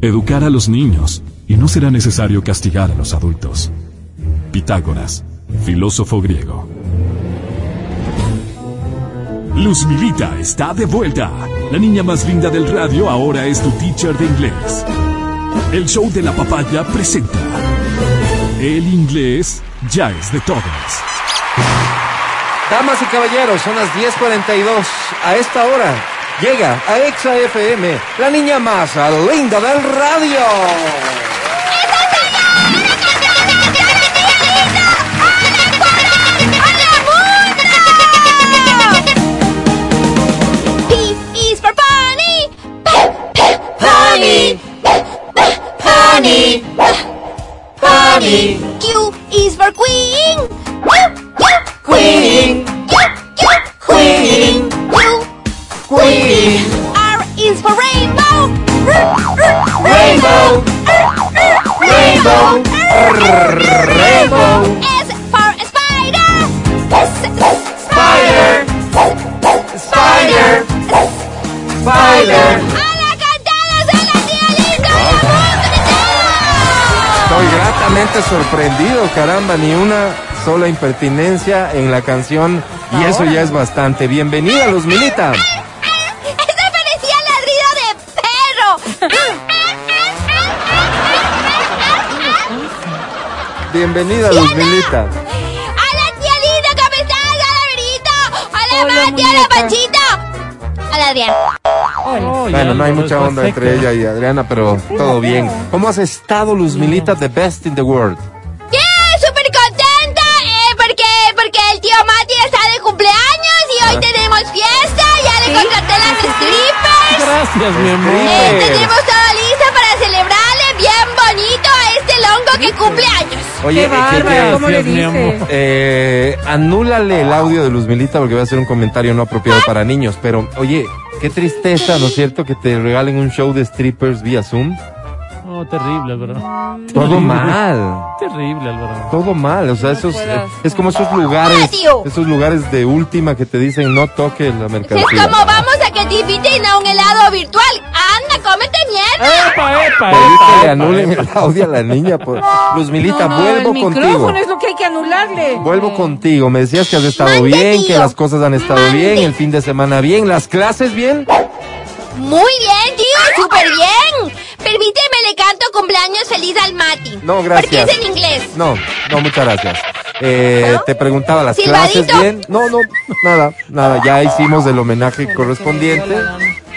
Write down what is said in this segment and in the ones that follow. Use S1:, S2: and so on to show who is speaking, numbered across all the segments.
S1: educar a los niños y no será necesario castigar a los adultos. Pitágoras, filósofo griego. Luz Milita está de vuelta. La niña más linda del radio ahora es tu teacher de inglés. El show de la papaya presenta. El inglés ya es de todos.
S2: Damas y caballeros, son las 10:42. A esta hora llega a Exa FM la niña más linda del radio.
S3: P is for pony. Pony. Pony. Pony. Q is for queen. Queen. Queen. Queen. R is for rainbow. Rainbow. Rainbow. Rainbow. S for spider. Spider. Spider.
S2: Spider.
S3: ¡Alacantadas a la tía linda!
S2: Estoy gratamente sorprendido, caramba, ni una sola impertinencia en la canción y eso ya es bastante. Bienvenida, Luz Milita.
S3: ¡Este parecía ladrido de perro!
S2: Bienvenida, Luz Milita.
S3: ¡A la tía linda! ¿Cómo estás? ¡A la Verita! ¡A la
S4: Hola,
S3: Mati! ¡A la
S4: muñeca.
S3: Pachita! ¡A la Adriana!
S2: Bueno, no hay mucha onda entre ella y Adriana, pero todo bien. ¿Cómo has estado, Luz Milita, the best in the world?
S3: ¡Bien! ¡Súper contenta! Eh, porque, porque el tío Mati está de cumpleaños y
S2: Ah.
S3: hoy tenemos fiesta. Ya le contraté las strippers.
S4: Gracias, mi
S3: Eh,
S2: Stripper.
S4: amor.
S3: tendremos todo listo para celebrarle bien bonito a este longo que cumple años.
S2: Oye,
S5: Qué
S2: eh, ¿qué-
S5: bárbaro,
S2: qué-
S5: ¿cómo le
S4: Gracias, mi
S5: dice?
S4: amor.
S2: Eh, anúlale el audio de Luz Milita porque va a ser un comentario no apropiado para niños. Pero, oye, qué tristeza, ¿no es cierto? Que te regalen un show de strippers vía Zoom.
S4: Oh, terrible, Álvaro.
S2: Todo mal,
S4: Terrible, Álvaro.
S2: todo mal. O sea, esos, eh, es como esos lugares,
S3: ¡Odio!
S2: esos lugares de última que te dicen no toque la
S3: Es
S2: mercancía.
S3: como vamos a que te inviten a un helado virtual. Anda, cómete mierda.
S2: Eh.
S4: ¡Epa, epa,
S2: Pedí
S4: epa!
S2: que le
S4: epa,
S2: anulen
S4: epa.
S2: el audio a la niña. Por... Luz Milita,
S5: No, no,
S2: vuelvo
S5: el
S2: contigo.
S5: micrófono es lo que hay que anularle.
S2: Vuelvo contigo, me decías que has estado
S3: Mande,
S2: bien, que
S3: tío.
S2: las cosas han estado
S3: Mande.
S2: bien, el fin de semana bien, las clases bien.
S3: Muy bien,
S2: Ah,
S3: tío, súper bien. Permíteme, le canto cumpleaños feliz al Mati.
S2: No, gracias.
S3: Porque es en inglés.
S2: No, no, muchas gracias. Eh, Te preguntaba, ¿las
S3: Silbadito.
S2: clases bien? No, no, nada, nada, ya hicimos el homenaje correspondiente.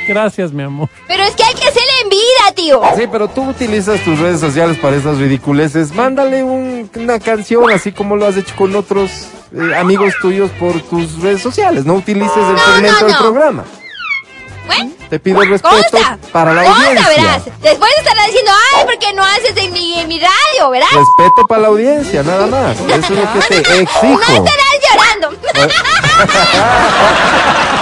S4: Gracias, mi amor.
S3: Pero es que hay que hacerle en vida, tío.
S2: Sí, pero tú utilizas tus redes sociales para esas ridiculeces. Mándale un- una canción, así como lo has hecho con otros eh, amigos tuyos por tus redes sociales. No utilices el
S3: No,
S2: segmento
S3: no,
S2: del
S3: no.
S2: programa.
S3: Bueno.
S2: Te pido respeto
S3: Consta,
S2: para la
S3: consta,
S2: audiencia.
S3: verás. Después estará diciendo, ay, ¿por qué no haces en mi, en mi radio, verás?
S2: Respeto para la audiencia, nada más. Pues Eso es lo que te
S3: No
S2: exijo.
S3: estarás llorando.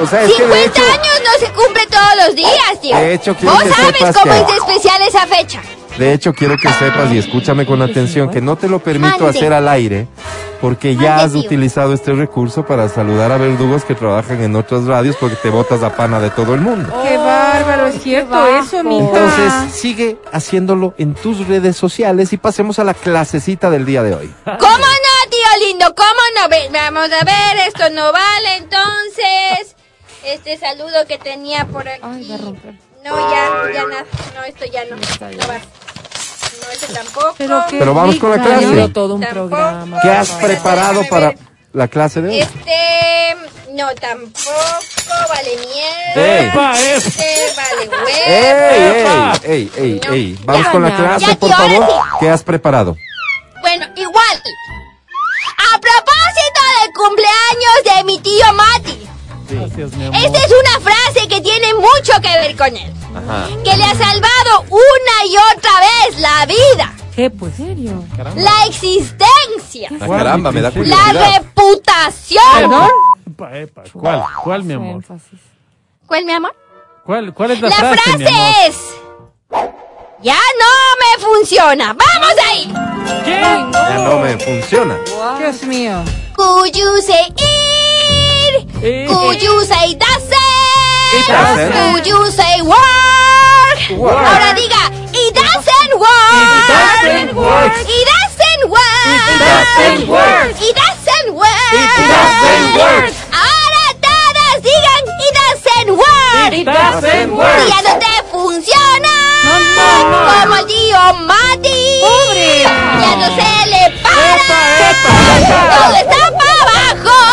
S2: O sea, es que de
S3: 50
S2: hecho...
S3: años no se cumple todos los días, tío.
S2: De hecho, quiero
S3: Vos
S2: que
S3: sabes
S2: sepas
S3: cómo
S2: que-
S3: es de especial esa fecha.
S2: De hecho, quiero que sepas y escúchame con atención que no te lo permito
S3: Mande.
S2: hacer al aire porque ya
S3: Mande,
S2: has
S3: tío.
S2: utilizado este recurso para saludar a verdugos que trabajan en otras radios porque te botas la pana de todo el mundo.
S5: Qué bárbaro, es cierto eso, mija.
S2: Entonces, sigue haciéndolo en tus redes sociales y pasemos a la clasecita del día de hoy.
S3: ¿Cómo no, tío lindo? ¿Cómo no? Ve- vamos a ver, esto no vale, entonces. Este saludo que tenía por aquí. No, ya, ya nada. No, esto ya no. No va. No, este tampoco.
S5: qué
S2: Pero vamos con la
S5: rica.
S2: clase.
S5: Ha sido todo un
S3: Tampoco.
S5: programa.
S2: ¿Qué has
S3: Bueno,
S2: preparado
S3: déjame
S2: para
S3: ver.
S2: la clase de hoy?
S3: Este. No, tampoco. Vale
S2: Ey.
S3: mierda.
S4: ¡Epa, Eh. epa!
S3: Este vale huevo.
S2: ¡Ey,
S4: ¡Epa!
S2: ey, ey, ey,
S3: No.
S2: ey! Vamos
S3: Ya,
S2: con la
S5: ya.
S2: clase,
S3: Ya,
S2: por
S3: tío, ahora
S2: favor.
S3: sí.
S2: ¿Qué has preparado?
S3: Bueno, igual. A propósito del cumpleaños de mi tío Mati.
S4: Gracias, mi amor.
S3: Esta es una frase que tiene mucho que ver con él. Que le ha salvado una y otra vez la vida,
S5: ¿Qué, pues? serio?
S3: la existencia,
S2: Ah, caramba, me da
S3: la
S2: curiosidad.
S3: reputación.
S5: ¿Perdón?
S4: Epa, epa. ¿Cuál? ¿Cuál, mi amor?
S3: ¿Cuál, mi amor?
S4: ¿Cuál, cuál es la,
S3: La
S4: frase, mi amor?
S3: frase es... Ya no me funciona. ¡Vamos ahí!
S2: Ya no me funciona.
S5: Dios mío.
S3: Could you say it?
S4: Eh.
S3: Could you say does it?
S2: Does it?
S3: Could you say work?
S2: work.
S3: Ahora diga, it doesn't work.
S2: doesn't work.
S3: It doesn't work.
S2: It doesn't work.
S3: It doesn't work.
S2: It doesn't work.
S3: Ahora todas digan, it doesn't work.
S4: It doesn't work.
S3: Y ya no te funciona. Como el tío Mati. Ya no se le para. Todo está para abajo.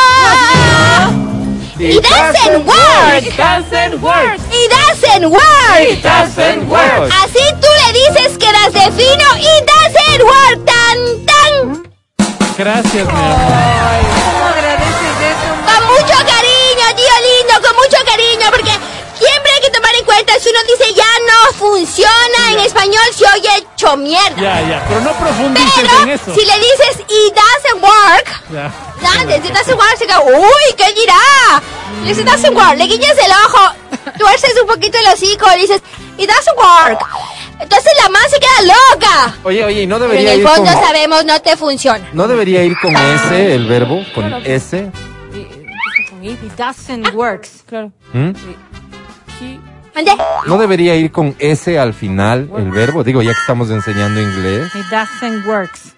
S3: It doesn't work.
S2: It doesn't work.
S3: It doesn't work.
S2: It doesn't work.
S3: Así tú le dices que las defino y doesn't work tan tan.
S4: Gracias, mi amor.
S5: ¿Cómo agradeces eso?
S3: Con mucho cariño, tío lindo, con mucho cariño, porque siempre hay que tomar en cuenta si uno dice ya no funciona, en español se oye hecho mierda.
S4: Ya, ya. Pero no profundices en
S3: Pero
S4: eso.
S3: si le dices it doesn't work,
S4: Ya.
S3: antes it doesn't work, se queda, uy, ¿qué dirá? Le dices it doesn't work, le guiñas el ojo, tuerces un poquito el hocico, le dices it doesn't work. Entonces la man se queda loca.
S2: Oye, oye, ¿y no
S3: Pero en
S2: debería
S3: el
S2: ir
S3: fondo
S2: con...
S3: sabemos no te funciona.
S2: ¿No debería ir con S el verbo? ¿Con S?
S5: It doesn't works. Claro.
S2: ¿Mm?
S3: ¿Mande?
S2: ¿No debería ir con S al final el verbo? Digo, ya que estamos enseñando inglés.
S5: It doesn't works.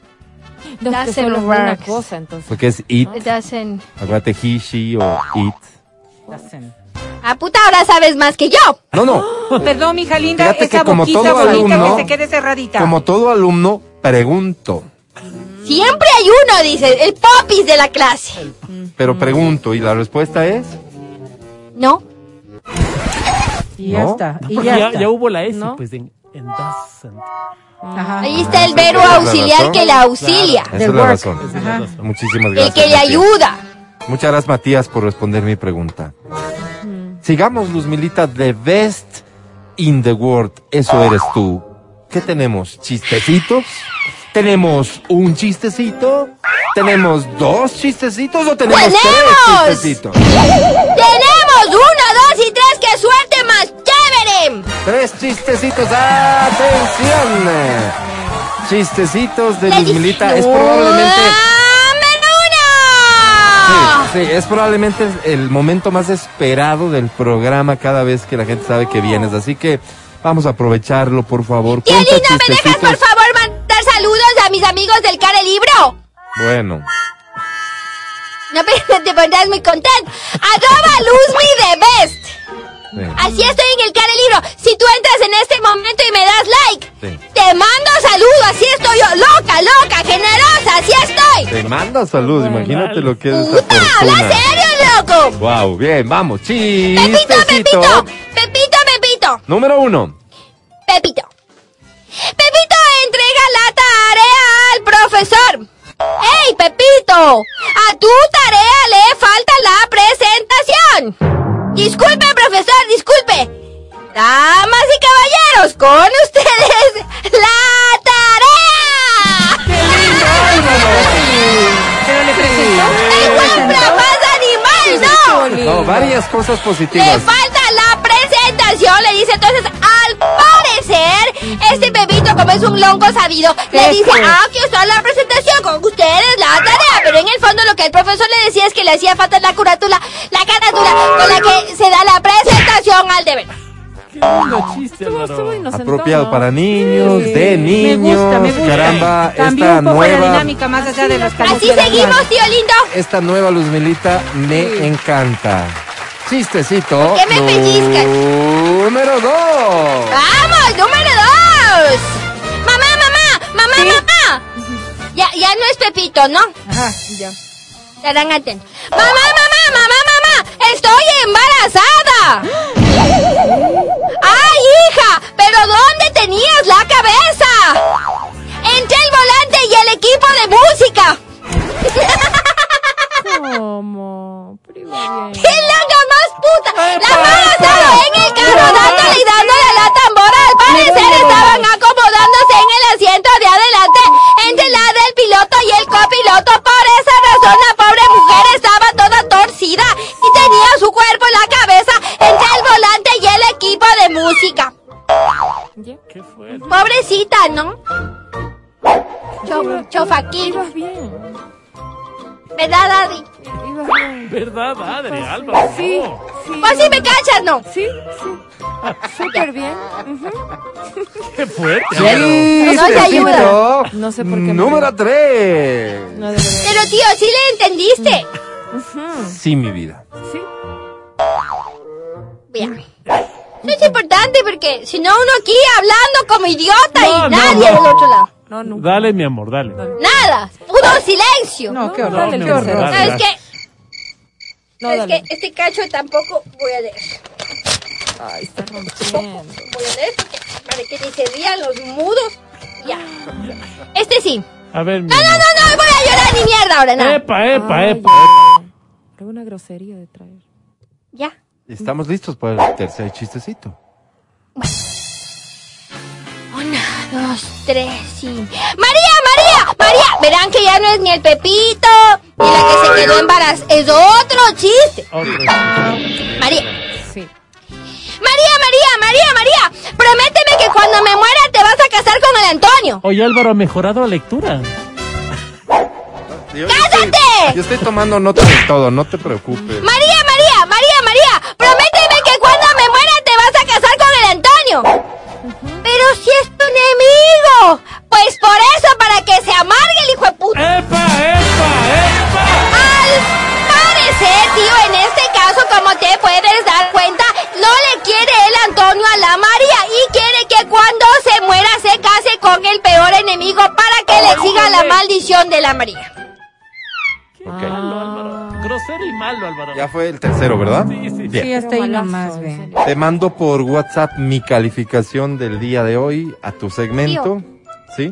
S6: No, es que
S3: Doesn't
S6: solo es una
S3: work.
S6: cosa, entonces.
S2: Porque es it.
S3: It doesn't-
S2: Acuérdate, he, she o it.
S5: Doesn't.
S3: Ah, puta, ahora sabes más que yo.
S2: No, no.
S5: Perdón, mija linda,
S2: Fíjate que
S5: esa
S2: como
S5: boquita
S2: todo
S5: bonita
S2: alumno-
S5: que se quede cerradita.
S2: Como todo alumno, pregunto.
S3: Siempre hay uno, dice, el popis de la clase.
S2: Pero pregunto, y la respuesta es...
S3: ¿No?
S5: Y ya
S2: ¿No?
S5: está. Y
S4: Porque
S5: ya,
S4: ya,
S5: está.
S4: ya hubo la S,
S6: ¿No?
S4: pues, en, en doesn't.
S5: Ajá.
S3: Ahí está el verbo
S2: tienes
S3: auxiliar
S2: Ah, razón.
S3: que la auxilia,
S2: Esa es
S5: Del
S2: la
S5: work.
S2: razón.
S5: Ajá.
S2: Muchísimas gracias.
S3: el que le
S2: Matías.
S3: ayuda.
S2: Muchas gracias, Matías, por responder mi pregunta. Sigamos, Luz Milita, the best in the world. Eso eres tú. ¿Qué tenemos? ¿Chistecitos? ¿Tenemos un chistecito? ¿Tenemos dos chistecitos o tenemos
S3: ¡Tenemos!
S2: tres chistecitos?
S3: Tenemos uno, dos y tres, qué suerte más chévere.
S2: Tres chistecitos. ¡Atención! Chistecitos de Luz Milita. Este Es probablemente...
S3: ¡Número
S5: Ah.
S2: Sí,
S3: uno!
S2: sí, es probablemente el momento más esperado del programa cada vez que la gente sabe que vienes, así que vamos a aprovecharlo, por favor.
S3: Tío
S2: Cuenta
S3: lindo, ¿me dejas
S2: chistecitos.
S3: por favor mandar saludos a mis amigos del Care Libro?
S2: Bueno,
S3: No, pero te pondrás muy contento. Arroba Luzmi de Best.
S2: sí.
S3: Así estoy en el Care Libro. Si tú entras en este momento y me das like,
S2: Sí.
S3: te mando saludos. Así estoy yo. Loca, loca, generosa. Así estoy.
S2: te manda salud, imagínate lo que es esta
S3: Puta, habla
S2: fortuna.
S3: serio, loco.
S2: Wow, bien, vamos,
S3: Pepito,
S2: chistecito.
S3: Pepito. Pepito, Pepito.
S2: Número uno.
S3: Pepito. Pepito entrega la tarea al profesor. ¡Ey, Pepito! A tu tarea le falta la presentación. Disculpe, profesor, disculpe. Damas y caballeros, con ustedes la tarea.
S5: Pero le presentó.
S3: ¡Encuentra más animal, no!
S2: No, varias cosas
S3: Le
S2: positivas.
S3: falta la presentación, le dice entonces, al parecer, este bebito, como es un lonco sabido, le
S5: Eso.
S3: dice, ah, aquí está la presentación, con ustedes la tarea, pero en el fondo lo que el profesor le decía es que le hacía falta la curátula, la carátula, con la que se da la presentación al deber.
S4: Qué lindo chiste,
S6: Estuvo,
S4: Álvaro.
S6: estuvo inocentón,
S2: Apropiado
S6: ¿no?
S2: para niños,
S5: Sí.
S2: de
S5: Me
S2: niños.
S5: gusta, me gusta.
S2: Caramba,
S5: Cambió
S2: esta
S5: un poco la
S2: nueva
S5: dinámica más allá de las
S3: Así
S5: caricaturas.
S3: seguimos, tío lindo.
S2: Esta nueva Luz Milita me encanta. Chistecito.
S3: ¿Por qué me pellizcas? Ah,
S2: Número dos.
S3: Vamos, número dos. Mamá, mamá, mamá, mamá. Ya, ya no es Pepito, ¿no?
S5: Ajá, y ya.
S3: Estarán atentos. ¡Mamá, mamá, mamá, mamá! ¡Estoy embarazada! ¡Ay, hija! ¿Pero dónde tenías la cabeza? Entre el volante y el equipo de música.
S6: ¿Cómo? Pero iba bien.
S3: ¡Qué loca más puta! La mala estaba en el carro dándole y dándole la tambora. Al parecer estaban acomodándose en el asiento de adelante entre la del piloto y el copiloto. Por esa razón la pobre mujer estaba toda torcida y tenía su cuerpo en la cabeza entre el volante y el equipo de música.
S4: Qué fuerte.
S3: Pobrecita, ¿no? Cho- Chofaquín.
S6: Ibas bien.
S3: ¿Verdad, Daddy?
S6: Ibas bien.
S4: ¿Verdad, madre? Álvaro.
S6: Sí,
S4: no.
S6: sí.
S3: Pues si me cachas, ¿no?
S6: Sí, sí. Súper bien.
S4: Qué fuerte.
S2: Sí,
S3: No se
S2: Cecito.
S6: ayuda. No sé por qué me-
S2: Número 3.
S6: No, de verdad.
S3: Pero tío, sí le entendiste.
S6: Ujú.
S2: Sí, mi vida.
S6: Sí.
S3: Bien. Eso es importante porque si no uno aquí hablando como idiota
S4: No, no,
S3: y nadie
S4: no.
S3: del otro lado.
S5: No, nunca.
S4: Dale, mi amor, dale.
S3: Nada. Puro silencio.
S5: No, qué horror,
S6: dale,
S5: qué
S4: mi amor,
S5: horror.
S4: dale.
S3: ¿Sabes qué?
S5: No,
S3: ¿Sabes
S5: dale.
S3: qué? Este cacho tampoco voy a leer.
S6: Ay, está rompiendo.
S3: Voy a leer porque para que ni se rían los mudos. Ya. Este sí.
S4: A ver, mi
S3: No, no,
S4: amor.
S3: no, no voy a llorar ni mierda ahora, nada.
S4: Epa, epa,
S6: Ay,
S4: epa.
S6: ya. Era una grosería de traer.
S3: Ya.
S2: Estamos listos para el tercer chistecito.
S3: Una, dos, tres, sí. ¡María, María, María! Verán que ya no es ni el Pepito, ni la que se quedó embarazada. Es otro chiste.
S4: Otro.
S3: María.
S6: Sí.
S3: María, María, María, María, prométeme que cuando me muera te vas a casar con el Antonio.
S4: Oye, Álvaro, ha mejorado la lectura.
S2: Yo
S3: ¡Cásate!
S2: estoy- Yo estoy tomando nota de todo, no te preocupes.
S3: María, María, María, María, prométeme que cuando me muera te vas a casar con el Antonio. Pero si es tu enemigo, pues por eso, para que se amargue el hijo de puta.
S4: ¡Epa, epa,
S3: Al parecer, tío, en este caso, como te puedes dar cuenta, no le quiere el Antonio a la María y quiere que cuando se muera se case con el peor enemigo para que le siga la maldición de la María.
S4: epa!
S2: Ok.
S4: Malo, Álvaro. Grosero y malo, Álvaro.
S2: Ya fue el tercero, ¿verdad?
S4: Sí, sí.
S2: Bien.
S5: Sí, hasta ahí
S6: Malazo,
S5: nomás,
S6: en
S5: ve.
S6: serio.
S2: Te mando por WhatsApp mi calificación del día de hoy a tu segmento. ¿Sí?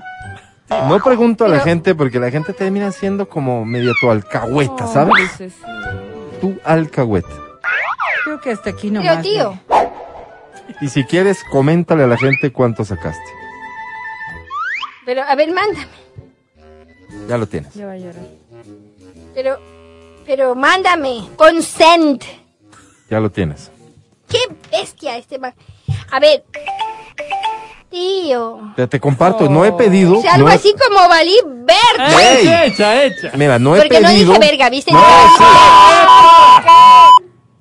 S2: No pregunto a la
S3: Pero-
S2: gente porque la gente termina siendo como medio tu alcahueta,
S6: Oh,
S2: ¿sabes?
S6: Cecilia.
S2: Tu alcahueta.
S5: Creo que hasta aquí
S3: Tío,
S5: nomás.
S3: tío,
S2: Y si quieres, coméntale a la gente cuánto sacaste.
S3: pero a ver, mándame.
S2: Ya lo tienes.
S6: Ya va a llorar.
S3: Pero, pero mándame. Consent.
S2: Ya lo tienes.
S3: Qué bestia este man. A ver. Tío.
S2: Te, te comparto, no he pedido.
S3: O sea, algo
S2: no he-
S3: así como valí verde.
S4: ¡Eh,
S2: Ey.
S4: Hecha, hecha, hecha.
S2: Mira, no he
S3: Porque no
S2: pedido.
S3: dije verga, ¿viste?
S2: No,
S3: No dije
S2: sí.
S3: verga.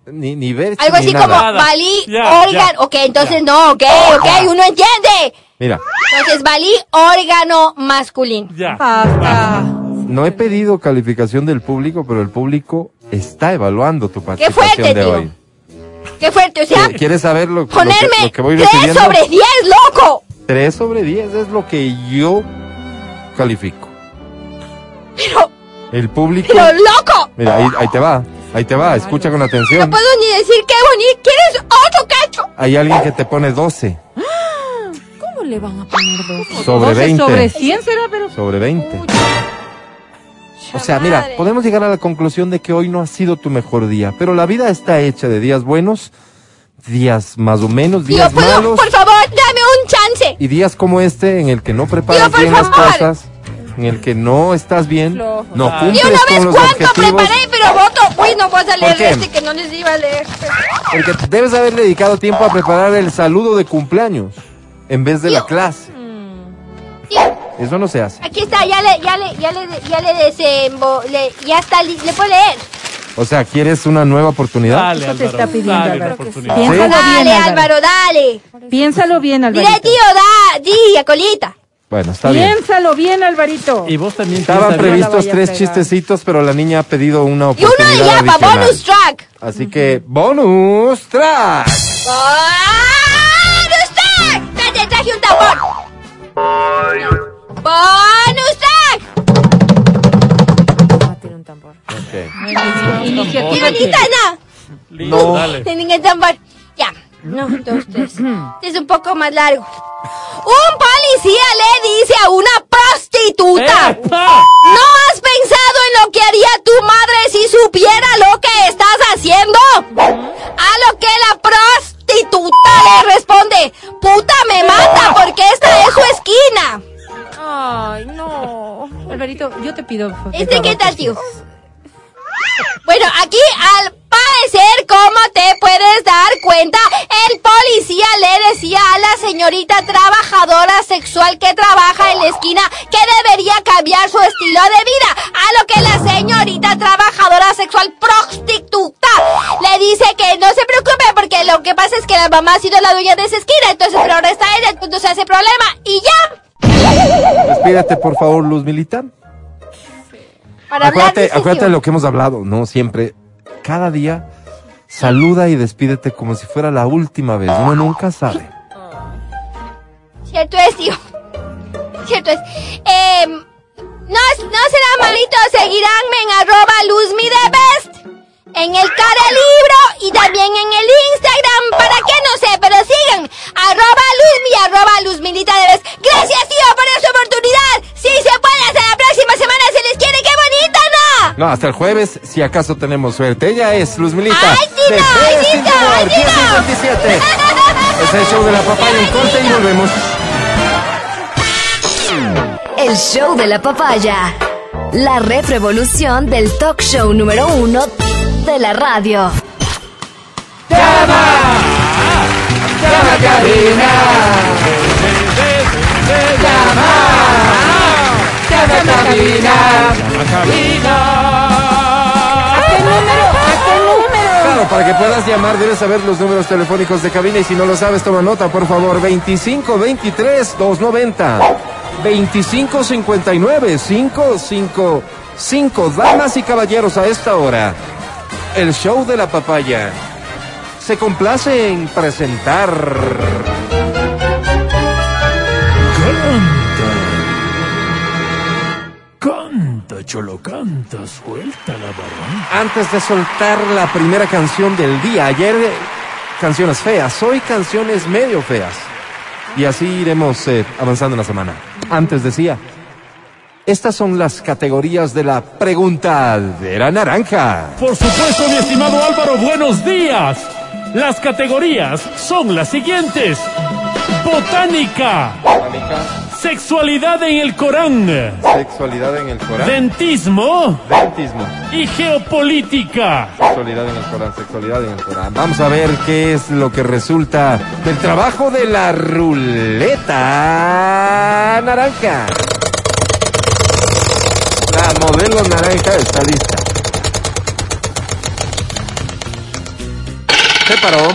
S2: Ni, ni ver.
S3: Algo así como
S4: nada.
S3: valí
S4: Ya,
S3: órgano.
S4: ya.
S3: Ok, entonces no, ok, ok, uno entiende.
S2: Mira,
S3: Entonces valí órgano masculino.
S4: Ya.
S2: Ah,
S5: Basta.
S2: no he pedido calificación del público, pero el público está evaluando tu
S3: fuerte,
S2: participación de
S3: tío.
S2: hoy.
S3: Qué fuerte, o sea,
S2: Eh, ¿Quieres saber lo, lo que,
S3: ponerme
S2: lo que voy
S3: 3
S2: recibiendo?
S3: sobre 10, loco.
S2: 3 sobre 10 es lo que yo califico.
S3: Pero,
S2: El público...
S3: pero loco.
S2: Mira, ahí, ahí te va, ahí te va, escucha con
S3: No
S2: atención.
S3: puedo ni decir qué bonito. ¿Quieres otro cacho?
S2: Hay alguien que te pone 12
S6: ¿Cómo le van a poner dos?
S2: sobre
S5: 12 Sobre
S2: 20.
S5: 100 será, pero.
S2: Sobre 20. O sea, mira,
S3: madre.
S2: podemos llegar a la conclusión de que hoy no ha sido tu mejor día, pero la vida está hecha de días buenos, días más o menos,
S3: Tío,
S2: días
S3: ¿puedo?
S2: malos
S3: pues Por favor, dame un chance.
S2: y días como este en el que no preparas
S3: Tío, por
S2: bien las
S3: favor.
S2: cosas, en el que no estás bien,
S6: Flojo.
S2: no
S4: Ay.
S3: Yo
S2: cumples
S3: no ves
S2: con los
S3: cuánto
S2: objetivos,
S3: preparé, pero voto. Uy, no voy a leer
S2: qué?
S3: este que no les iba a leer.
S2: porque debes haber dedicado tiempo a preparar el saludo de cumpleaños en vez de la
S3: Tío.
S2: clase.
S3: Tío,
S2: Eso no se hace.
S3: aquí está, ya le, ya le, ya le, ya le desembo, le- ya está, li- le puedo leer.
S2: O sea, ¿quieres una nueva oportunidad?
S4: Dale,
S5: Eso te
S4: Álvaro.
S5: está pidiendo,
S4: Dale, la
S5: Álvaro.
S4: oportunidad.
S2: Sí.
S5: Piénsalo bien,
S3: Dale,
S5: Álvaro.
S3: Álvaro, dale.
S5: Piénsalo bien,
S3: Dile,
S5: Alvarito.
S3: tío, da, di, a colita.
S2: Bueno, está bien.
S5: Piénsalo bien, Alvarito.
S4: Y vos también
S2: Estaban
S4: piensa bien.
S5: la
S2: previstos
S5: vaya a
S2: tres
S5: fregar.
S2: chistecitos, pero la niña ha pedido una
S3: Y uno
S2: oportunidad
S3: de Yapa,
S2: adicional.
S3: bonus track.
S2: Así que, bonus track.
S3: Bonus track. Espérate, Te traje un tambor. Bonus track.
S6: Va a tirar un tambor.
S3: Mira,
S2: pues,
S5: Iniciativa
S3: ni está
S5: que-
S3: nada.
S4: Listo,
S2: No.
S4: dale.
S3: Tienen el tambor. Ya. No, dos, tres. Este es un poco más largo. Un policía le dice a una prostituta.
S4: ¡Epa!
S3: ¿No has pensado en lo que haría tu madre si supiera lo que estás haciendo? A lo que la prostituta le responde, puta me mata porque esta es su esquina.
S6: Ay, no.
S5: Alvarito, yo te pido. por
S3: ¿Este qué
S5: favor,
S3: tal,
S5: que-
S3: tío? Bueno, aquí al parecer, como te puedes dar cuenta, el policía le decía a la señorita trabajadora sexual que trabaja en la esquina que debería cambiar su estilo de vida? A lo que la señorita trabajadora sexual prostituta le dice que no se preocupe porque lo que pasa es que la mamá ha sido la dueña de esa esquina, entonces pero ahora está ella, entonces no se hace problema y ya.
S2: Despídete, por favor, Luz Milita.
S3: Para hablar
S2: Acuérdate,
S3: de ese
S2: acuérdate de
S3: tío.
S2: lo que hemos hablado, ¿no? Siempre, cada día, saluda y despídete como si fuera la última vez. Uno nunca sabe.
S3: Cierto es, tío. Cierto es. Em, no, es- no será malito seguiránme en arroba luzmidebest, en el cara libro y también en el Instagram. ¿Para qué? No sé, pero sigan. Arroba luzmi, arroba luzmilita de best. Gracias, tío, por esa oportunidad. Sí, se puede. Hasta la próxima semana. Se les quiere. ¡Qué bonita, no!
S2: No, hasta el jueves, si acaso tenemos suerte. Ella es Luz Milita.
S3: ¡Ay, Tino!
S2: de
S3: ¡Ay,
S2: Tres sin
S3: Tino!
S2: Temor,
S3: ¡Ay, Tino!
S2: 10:57. Es el show de la papaya. Un corte y volvemos.
S7: El show de la papaya. La revolución del talk show número uno de la radio.
S2: Claro, para que puedas llamar debes saber los números telefónicos de cabina y si no lo sabes toma nota, por favor, 25 23 290 25 59 555 damas y caballeros a esta hora. El show de la papaya se complace en presentar
S1: Canta, cholo, canta, suelta la varón.
S2: antes de soltar la primera canción del día. Ayer eh, canciones feas, hoy canciones medio feas. Y así iremos eh, avanzando en la semana. Antes decía, estas son las categorías de la pregunta de la naranja.
S4: Por supuesto, mi estimado Álvaro, buenos días. Las categorías son las siguientes. Botánica. Sexualidad en el Corán.
S2: Sexualidad en el Corán.
S4: Dentismo
S2: Dentismo.
S4: y geopolítica.
S2: Sexualidad en el Corán. Sexualidad en el Corán. Vamos a ver qué es lo que resulta del trabajo de la ruleta naranja. La modelo naranja está lista. Se paró.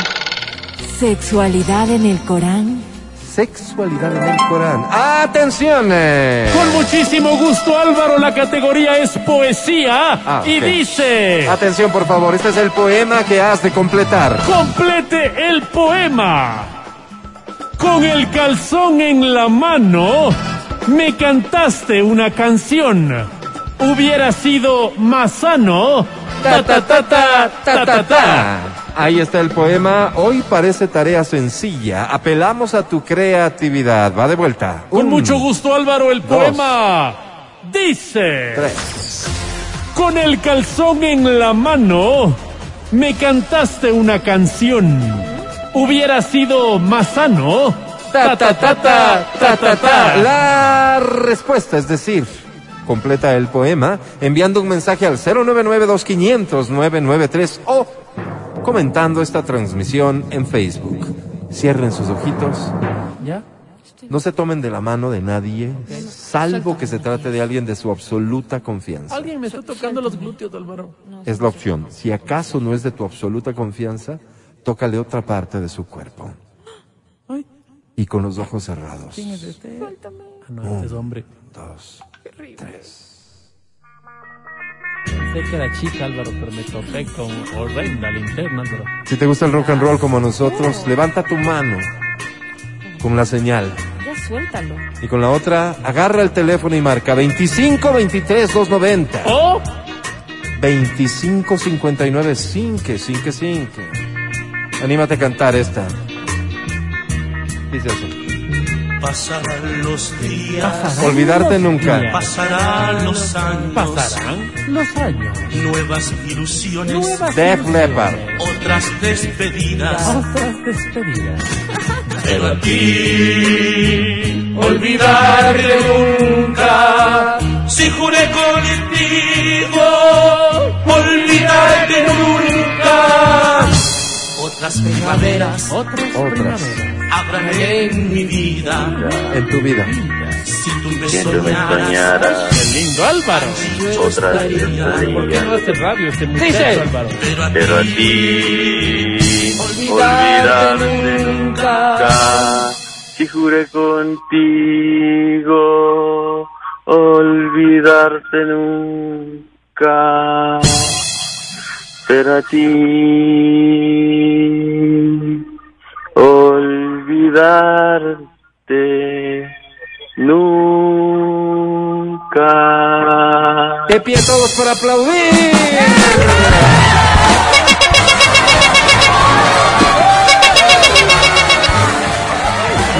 S6: ¿Sexualidad en el Corán?
S2: Sexualidad en el Corán. ¡Atención! eh!
S4: Con muchísimo gusto, Álvaro, la categoría es poesía
S2: Ah,
S4: y
S2: ok. Ah.
S4: dice...
S2: Atención, por favor. Este es el poema que has de completar.
S4: Complete el poema. Con el calzón en la mano, me cantaste una canción. Hubiera sido más sano. Ta ta ta ta ta ta ta.
S2: Ahí está el poema. Hoy parece tarea sencilla. Apelamos a tu creatividad. Va de vuelta.
S4: Con
S2: Un,
S4: mucho gusto, Álvaro, el
S2: dos,
S4: poema dice.
S2: Tres.
S4: Con el calzón en la mano, me cantaste una canción. Hubiera sido más sano. Ta ta ta ta ta ta ta.
S2: La respuesta, es decir, completa el poema enviando un mensaje al 099-2500-993 o comentando esta transmisión en Facebook. Cierren sus ojitos.
S4: ¿Ya?
S2: No se tomen de la mano de nadie, salvo que se trate de alguien de su absoluta confianza.
S4: Alguien me está tocando los glúteos, Álvaro.
S2: es la opción. Si acaso no es de tu absoluta confianza, tócale otra parte de su cuerpo.
S4: Ay.
S2: Y con los ojos cerrados.
S4: Ah, no, este es hombre.
S2: Dos.
S4: Sé que era chica, Álvaro, pero me topé con horrenda linterna, Álvaro.
S2: Si te gusta el rock and roll como nosotros, levanta tu mano con la señal.
S6: Ya suéltalo.
S2: Y con la otra, agarra el teléfono y marca 25 23 290.
S4: ¡Oh!
S2: 25 59 5 5 5. Anímate a cantar esta. Dice así.
S8: Pasarán los días,
S2: Olvidarte nunca.
S4: días.
S8: pasarán los años,
S4: Pasarán los años.
S8: nuevas ilusiones,
S4: Nuevas
S2: Def
S4: ilusiones,
S2: Leppard.
S8: otras despedidas.
S4: Otras despedidas.
S8: Pero a ti, olvidarte nunca, si juré contigo, olvidarte nunca. Otras primaveras,
S4: Otras
S2: Otras.
S4: primaveras.
S8: habrá en mi vida
S2: en tu vida.
S8: si tú me
S9: Si tú me
S8: soñaras.
S9: soñaras,
S4: Qué lindo, Álvaro.
S9: otra vez
S4: ¿Por qué no
S9: estaría.
S4: hace radio este muchacho, Álvaro?
S8: Pero a
S9: Pero a ti, olvidarte nunca. Si juré contigo, olvidarte nunca. Pero a ti, olvidarte nunca.
S2: De pie todos para aplaudir.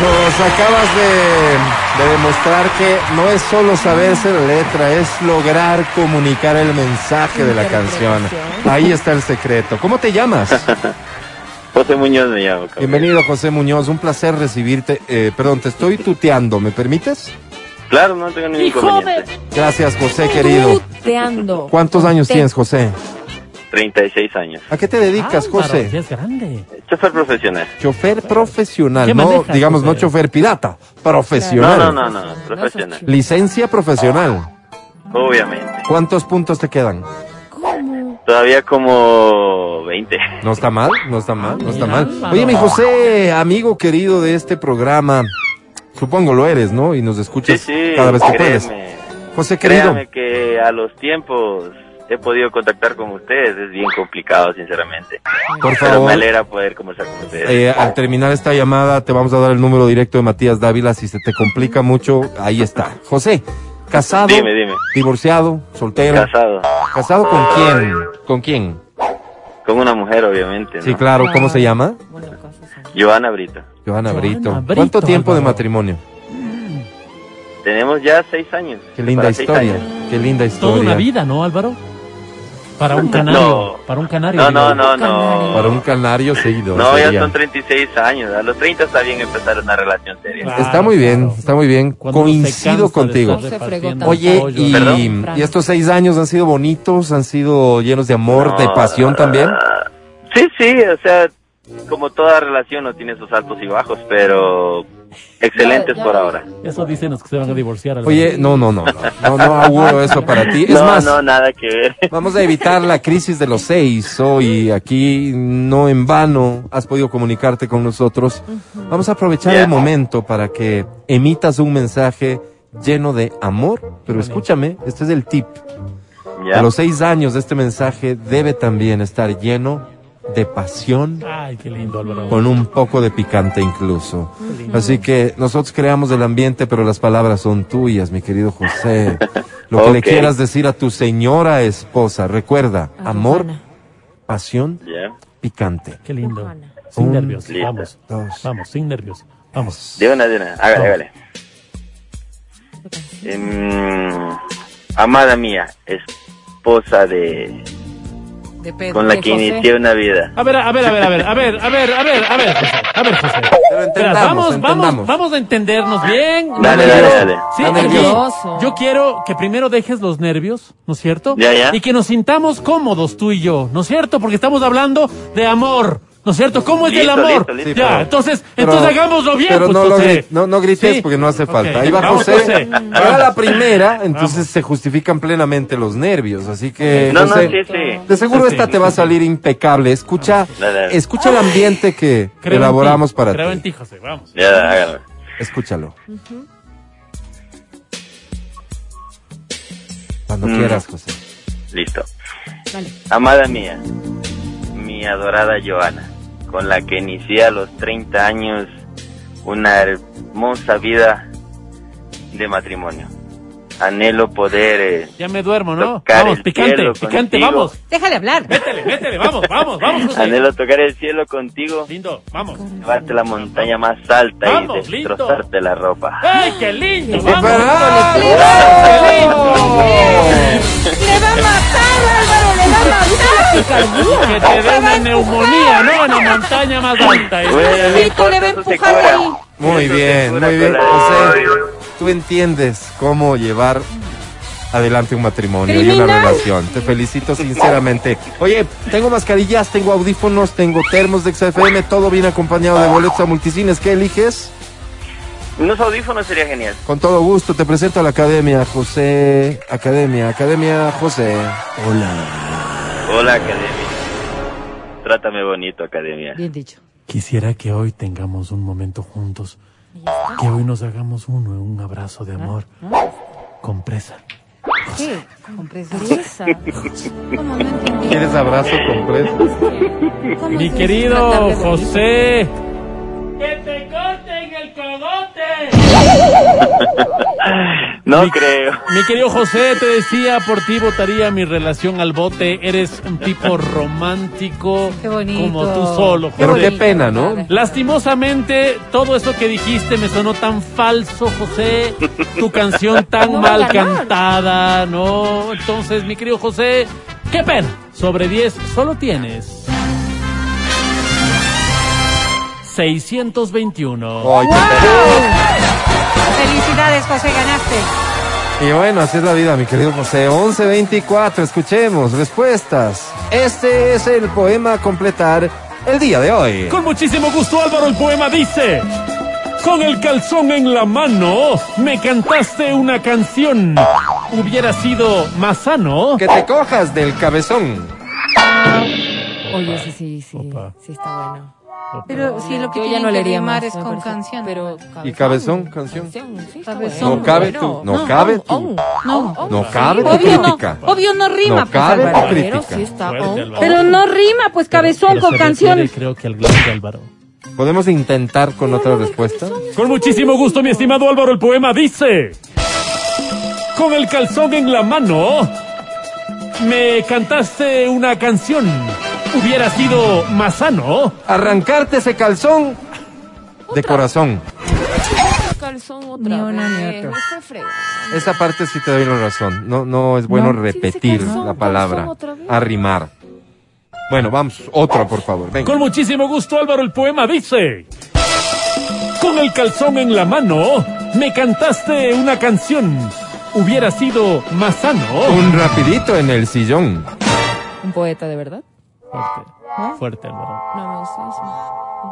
S2: Nos acabas de, de demostrar que no es solo saberse la letra, es lograr comunicar el mensaje de la canción. Ahí está el secreto. ¿Cómo te llamas?
S9: José Muñoz me llamo. cabrón.
S2: Bienvenido José Muñoz, un placer recibirte. Eh, perdón, te estoy tuteando, ¿me permites?
S9: Claro, no tengo ningún inconveniente.
S2: Gracias José querido.
S6: Tuteando.
S2: ¿Cuántos años tienes José?
S9: 36 años.
S2: ¿A qué te dedicas
S4: Álvaro,
S2: José?
S4: ya es grande.
S9: Chofer profesional.
S2: Chofer profesional,
S4: ¿Qué
S2: no
S4: manejas,
S2: digamos no
S4: José?
S2: chofer pirata,
S9: No,
S2: profesional.
S9: no, no, no, no, profesional.
S2: Licencia profesional.
S9: Obviamente.
S2: ¿Cuántos puntos te quedan?
S9: Todavía como 20.
S2: No está mal, no está mal, no está mal. Oye, mi José, amigo querido de este programa, supongo lo eres, ¿no? Y nos
S9: Sí,
S2: escuchas
S9: sí,
S2: cada vez que puedes.
S9: créeme.
S2: José querido,
S9: Créame que a los tiempos he podido contactar con ustedes. Es bien complicado, sinceramente.
S2: por
S9: Pero me
S2: favor,
S9: alegra poder conversar con ustedes.
S2: eh, al terminar esta llamada te vamos a dar el número directo de Matías Dávila. Si se te complica mucho, ahí está. José, casado,
S9: Dime, dime.
S2: divorciado, soltero,
S9: Casado.
S2: casado con quién? ¿Con quién?
S9: Con una mujer, obviamente. ¿no?
S2: Sí, claro, ¿cómo
S4: Ah.
S2: se llama?
S9: Giovanna Brito.
S2: Joana
S4: Joana
S2: Brito.
S4: Brito,
S2: ¿Cuánto tiempo de
S4: Álvaro.
S2: matrimonio?
S9: Tenemos ya 6 años.
S2: Qué linda
S9: Para seis
S2: historia,
S9: años.
S2: qué linda historia.
S4: Toda una vida, ¿no, Álvaro? Para un canario. Para un canario.
S9: No, no,
S4: digo.
S9: no, no.
S2: Para un canario seguido.
S9: No, ya
S2: sería.
S9: son 36 años. A los 30 está bien empezar una relación seria.
S4: Claro,
S2: Está muy bien,
S4: claro.
S2: está muy bien.
S4: Cuando se cansa
S2: Coincido
S4: de
S2: contigo.
S4: estar
S6: No se fregó
S4: repartiendo
S6: tanto
S2: Oye,
S4: pollo.
S2: y,
S9: ¿Perdón?
S2: y estos seis años han sido bonitos, han sido llenos de amor, de
S9: No,
S2: pasión también.
S9: ah, Sí, sí, o sea, como toda relación no tiene sus altos y bajos, pero excelentes por ahora.
S4: Eso dicen los que se van a divorciar. Álvaro.
S2: Oye, no, no, no, no, no, no auguro eso para ti. Es
S9: no,
S2: más,
S9: no, nada que ver.
S2: vamos a evitar la crisis de los seis hoy. Aquí no en vano has podido comunicarte con nosotros. Vamos a aprovechar
S9: Ya.
S2: el momento para que emitas un mensaje lleno de amor. Pero escúchame, este es el tip.
S9: Ya.
S2: A los seis años este mensaje debe también estar lleno de pasión
S4: Ay, qué lindo, Álvaro.
S2: con un poco de picante incluso. Así que nosotros creamos el ambiente, pero las palabras son tuyas, mi querido José. Lo que le
S9: Ok.
S2: quieras decir a tu señora esposa, recuerda,
S6: A
S2: amor,
S6: Rosana.
S2: pasión,
S9: ya.
S2: picante.
S4: Qué lindo.
S6: Ojalá.
S4: Sin
S2: Un,
S4: nervios.
S9: listo.
S4: Vamos.
S2: Dos.
S4: Vamos, sin nervios. Vamos.
S9: De una, de una. Hágale, hágale. Em, amada mía, esposa de...
S6: De Pedro.
S9: Con la
S6: de
S9: que
S6: José.
S9: inicié una vida.
S4: A ver, a ver, a ver, a ver, a ver, a ver, a ver, a ver, José. A ver, José.
S2: Pero
S4: Espera,
S2: entendamos,
S4: vamos, vamos,
S2: entendamos.
S4: vamos a entendernos bien.
S9: Dale,
S4: Yo-
S9: dale, dale.
S4: Sí,
S2: Está
S4: aquí,
S6: nervioso.
S4: yo quiero que primero dejes los nervios, ¿no es cierto?
S9: Ya, ya.
S4: Y que nos sintamos cómodos tú y yo, ¿no es cierto? Porque estamos hablando de amor, ¿no es cierto? ¿Cómo es el
S9: Listo,
S4: amor?
S9: listo, listo.
S4: ya,
S2: Pero-
S4: entonces,
S2: pero-
S4: entonces hagámoslo bien.
S2: Pero
S4: pues,
S2: no, lo
S4: José.
S2: gri- no, no grites
S4: Sí.
S2: porque no hace
S4: Ok,
S2: falta. Ahí va
S4: vamos,
S2: José. Era la primera, entonces se justifican plenamente los nervios. Así que,
S9: No, no,
S2: José,
S9: sí, sí.
S2: de seguro esta te va a salir impecable. Escucha,
S9: Dale.
S2: escucha el ambiente que
S4: Creo en
S2: elaboramos
S4: ti,
S2: para
S4: Creo en
S2: ti.
S4: ti, José, vamos.
S9: Ya, hágalo.
S2: Escúchalo. Cuando
S9: Mm.
S2: quieras, José.
S9: Listo. Amada mía, mi adorada Joana, con la que inicié a los 30 años una hermosa vida de matrimonio. Anhelo poder... eh,
S4: Ya me duermo, ¿no?
S9: Tocar
S4: Vamos,
S9: el
S4: picante,
S9: cielo
S4: picante,
S9: contigo.
S4: vamos.
S5: Déjale hablar.
S4: Métele, métele, vamos, vamos, vamos, José.
S9: anhelo tocar el cielo contigo,
S4: Lindo, vamos.
S9: llevarte a la montaña más alta
S4: Vamos,
S9: y
S4: lindo.
S9: destrozarte la ropa.
S4: ¡Ay, qué lindo! ¡Vamos!
S2: ¡Espera!
S4: ¡Qué
S5: Oh.
S4: lindo!
S3: Le va a matar, Álvaro, le va a matar.
S4: Que te dé una neumonía, ¿no? En la montaña más alta. ¿eh?
S9: Bueno,
S5: Pito, le va a
S9: eso se
S5: empujar
S9: cobra.
S5: ahí.
S2: Muy
S9: Eso se
S2: bien,
S9: cobra
S2: muy
S9: con
S2: bien,
S9: la-
S2: José. Tú entiendes cómo llevar adelante un matrimonio y una
S5: Criminal.
S2: relación. Te felicito sinceramente. Oye, tengo mascarillas, tengo audífonos, tengo termos de XFM, todo bien acompañado
S9: Ah.
S2: de boletos a multicines. ¿Qué eliges?
S9: Unos audífonos sería genial.
S2: Con todo gusto te presento a la Academia José. Academia, Academia José.
S9: Hola, Academia. Trátame bonito, Academia.
S6: Bien dicho.
S4: Quisiera que hoy tengamos un momento juntos. Que hoy nos hagamos uno en un abrazo de amor. Compresa.
S6: ¿Qué? Compresa.
S5: Fresa. ¿Cómo no entendí?
S2: ¿Quieres abrazo con presa?
S5: ¿Cómo
S4: Mi
S5: es una tarde
S4: querido
S5: de
S4: José. ¡Que te corten el cogote!
S9: No creo.
S4: Mi querido José, te decía, por ti votaría mi relación al bote. Eres un tipo romántico
S6: Qué bonito.
S4: como tú solo, José.
S2: Pero qué
S6: bonito.
S2: pena, ¿no?
S4: Lastimosamente, todo eso que dijiste me sonó tan falso, José. Tu canción tan mal cantada, ¿no? Entonces, mi querido José, qué pena. Sobre 10 solo tienes 621.
S2: Ay, qué
S5: Felicidades, José, ganaste.
S2: pena. Y bueno, así es la vida, mi querido José. 1124, escuchemos respuestas. Este es el poema a completar el día de hoy.
S4: Con muchísimo gusto, Álvaro, el poema dice: Con el calzón en la mano me cantaste una canción. Hubiera sido más sano.
S2: Que te cojas del cabezón.
S6: Oye, ese sí, sí.
S4: Opa.
S6: Sí está bueno.
S5: Pero si lo que
S6: Yo ya
S5: tienen
S6: no le
S5: que
S6: haría
S5: rimar
S6: más,
S5: es
S6: me
S5: con
S6: parece.
S5: canción.
S6: Pero
S2: Y cabezón, canción.
S6: Sí, está
S5: Cabezón.
S6: bueno.
S2: No cabe tú, no cabe
S6: on,
S2: tú.
S6: on,
S5: No.
S6: on, on.
S2: No cabe tu
S5: Obvio no,
S2: crítica.
S5: obvio no rima,
S2: No
S5: pues,
S2: cabe
S5: Álvaro.
S2: tu
S6: Pero
S2: crítica.
S6: sí está
S4: Fuerte,
S6: on,
S4: Álvaro.
S6: on.
S5: Pero no rima, pues cabezón
S4: Pero
S5: con
S4: se
S5: canción.
S4: refiere, creo que al gran Álvaro.
S2: ¿Podemos intentar con otra respuesta?
S4: Con muchísimo gusto, mi estimado Álvaro, el poema dice: Con el calzón en la mano me cantaste una canción. Hubiera sido más sano.
S2: Arrancarte ese calzón de corazón.
S6: calzón otra
S5: Ni una ni
S6: vez.
S5: otra.
S6: No se frega.
S2: Esa parte sí te doy la razón. No, no es bueno
S5: No.
S2: repetir
S6: Sí, ese calzón,
S2: la palabra.
S6: calzón otra vez.
S2: Arrimar. Bueno, vamos, otra, por favor. Venga.
S4: Con muchísimo gusto, Álvaro, el poema dice: Con el calzón en la mano, me cantaste una canción. Hubiera sido más sano.
S2: Un rapidito en el sillón.
S6: Un poeta de verdad.
S4: Fuerte,
S6: ¿No?
S4: fuerte, Álvaro.
S6: No me gusta eso.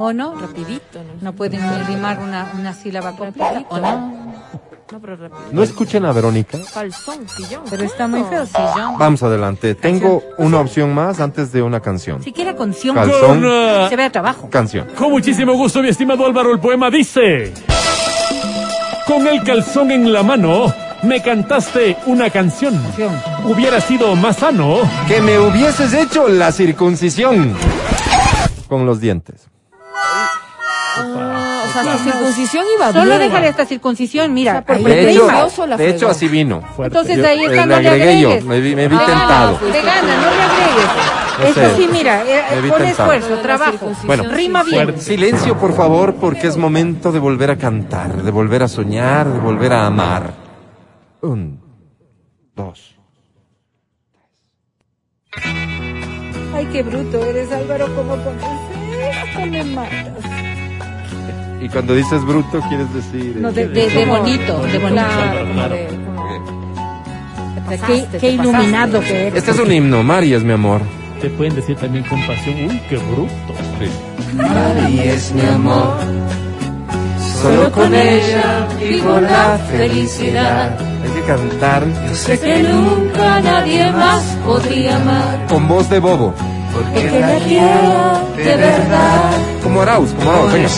S5: ¿O no?
S6: Rapidito, no.
S5: No pueden ni rimar una, una sílaba completa.
S6: Rapidito.
S5: ¿O no?
S6: No, pero rapidito.
S2: ¿No escuchen a Verónica?
S6: Calzón, sillón.
S5: Pero está muy feo, sillón.
S2: Vamos adelante. Tengo una opción más antes de una canción.
S5: Siquiera con sion
S2: Calzón.
S4: Con, ah,
S5: se ve a trabajo.
S2: Canción.
S4: Con muchísimo gusto, mi estimado Álvaro, el poema dice: Con el calzón en la mano, me cantaste una canción. Hubiera sido más sano.
S2: Que me hubieses hecho la circuncisión. Con los dientes.
S6: Ah, o sea, la circuncisión iba
S5: Solo
S6: bien.
S5: déjale esta circuncisión, mira.
S6: por
S5: ahí
S2: De
S6: Pues
S2: hecho,
S5: rima.
S6: precioso la
S2: de hecho
S6: fregó.
S2: así vino.
S4: Fuerte.
S5: Entonces ahí
S2: Yo- le
S5: está, no le
S2: agregué yo,
S5: agregues. Ah.
S2: me vi- me vi
S5: Te gana,
S2: tentado.
S5: Te gana, no le
S2: No
S5: agregues.
S2: sé.
S5: Eso sí, mira,
S2: Me
S5: eh,
S2: vi
S5: pon
S2: tentado.
S5: esfuerzo, trabajo.
S6: circuncisión,
S2: Bueno.
S5: Rima
S6: sí,
S5: bien.
S4: Fuerte.
S2: Silencio, por favor, porque es momento de volver a cantar, de volver a soñar, de volver a amar. Un, dos.
S5: Ay, qué bruto eres, Álvaro, cómo conoces. Me matas.
S2: Y cuando dices bruto, quieres decir. eh,
S5: No, de, de- de bonito, de bonito.
S6: Claro, como de-
S2: eh,
S6: te
S5: Qué,
S6: pasaste,
S5: qué
S6: te
S5: iluminado
S6: pasaste.
S5: que eres.
S2: Este es un himno, Marías, mi amor.
S4: Te pueden decir también con pasión: Uy, qué bruto.
S2: Marías, mi amor. Solo
S6: con ella vivo la felicidad.
S2: Hay que cantar
S6: Sé que nunca nadie más podría amar.
S2: con voz de bobo.
S6: Porque la quiero de verdad.
S2: Como Arauz, como Arauz, venga.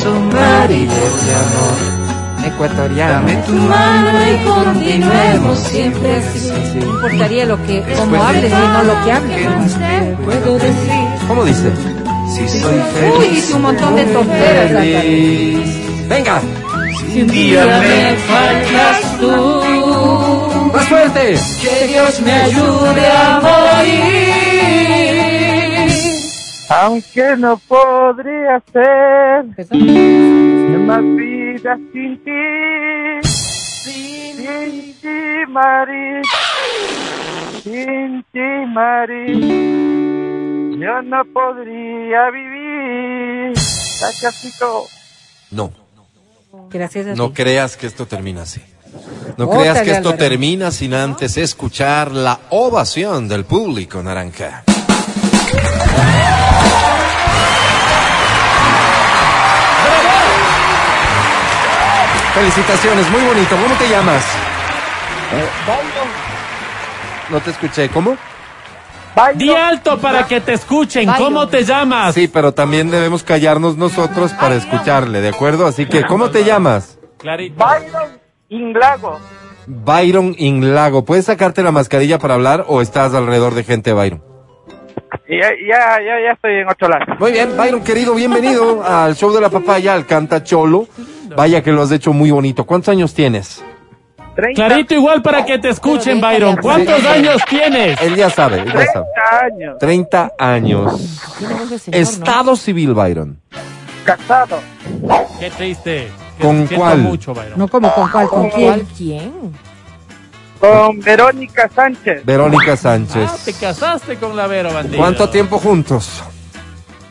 S2: Ecuatoriano.
S6: Tu mano y continuemos siempre así.
S5: No importaría lo que, cómo hables, sino lo que hables.
S6: Puedo decir.
S2: ¿Cómo dice?
S5: Uy, dice un montón de tonteras. Álvaro.
S2: Venga,
S6: Si un día me faltas tú,
S2: más fuerte.
S6: que Dios me ayude a morir.
S9: Aunque no podría ser
S5: Perdón.
S9: más vida sin ti, sin ti, Mari, sin ti, Mari, yo no podría vivir. Gracias, chico.
S2: No,
S5: Gracias a
S2: no
S5: ti.
S2: creas que esto termina así. No
S5: Bótale,
S2: creas que esto
S5: Álvaro.
S2: termina sin antes escuchar la ovación del público, Naranja. Felicitaciones, muy bonito. ¿Cómo te llamas? No te escuché, ¿cómo?
S4: Di alto para que te escuchen. ¿Cómo te llamas?
S2: Sí, pero también debemos callarnos nosotros para escucharle, ¿de acuerdo? Así que, ¿cómo te llamas?
S4: Clarito.
S10: Inglago.
S2: Byron Inglago. ¿Puedes sacarte la mascarilla para hablar o estás alrededor de gente, Byron?
S10: Ya, ya, ya, ya estoy en otro lado.
S2: Muy bien, Byron, querido, bienvenido al show de la papaya, al Canta Cholo. Vaya que lo has hecho muy bonito. ¿Cuántos años tienes?
S10: Treinta
S4: Clarito igual para que te escuchen, Byron. ¿Cuántos años tienes?
S2: Él ya sabe, él ya sabe.
S10: 30 años.
S2: 30 años.
S5: Tiene voz de señor, ¿no?
S2: Estado civil, Byron.
S10: Casado.
S4: Qué triste. Te
S2: ¿Con
S4: siento
S2: cuál?
S4: mucho, Byron.
S5: No como con cuál, con quién.
S6: ¿Quién?
S10: Con Verónica Sánchez.
S2: Verónica
S4: Ah, te
S2: Sánchez.
S4: casaste con la Vero, bandido.
S2: ¿Cuánto tiempo juntos?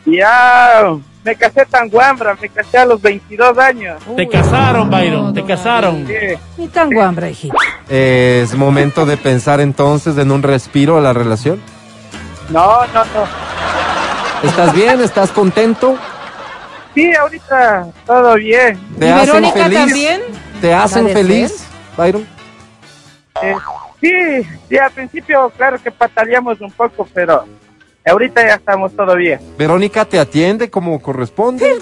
S10: Ya. Me casé tan guambra. Me casé a los 22 años.
S4: Te casaron, Byron. Te casaron.
S10: Sí.
S5: Ni tan guambra, hijita.
S2: ¿Es momento de pensar entonces en un respiro a la relación?
S10: No, no, no.
S2: ¿Estás bien? ¿Estás contento?
S10: Sí, ahorita todo bien.
S2: ¿Te
S5: ¿Y
S2: hacen
S5: Verónica
S2: feliz?
S5: también?
S2: ¿Te hacen
S5: de
S2: feliz, Byron?
S10: Eh, sí, sí, al principio, claro que pataleamos un poco, pero ahorita ya estamos todo bien.
S2: ¿Verónica te atiende como corresponde?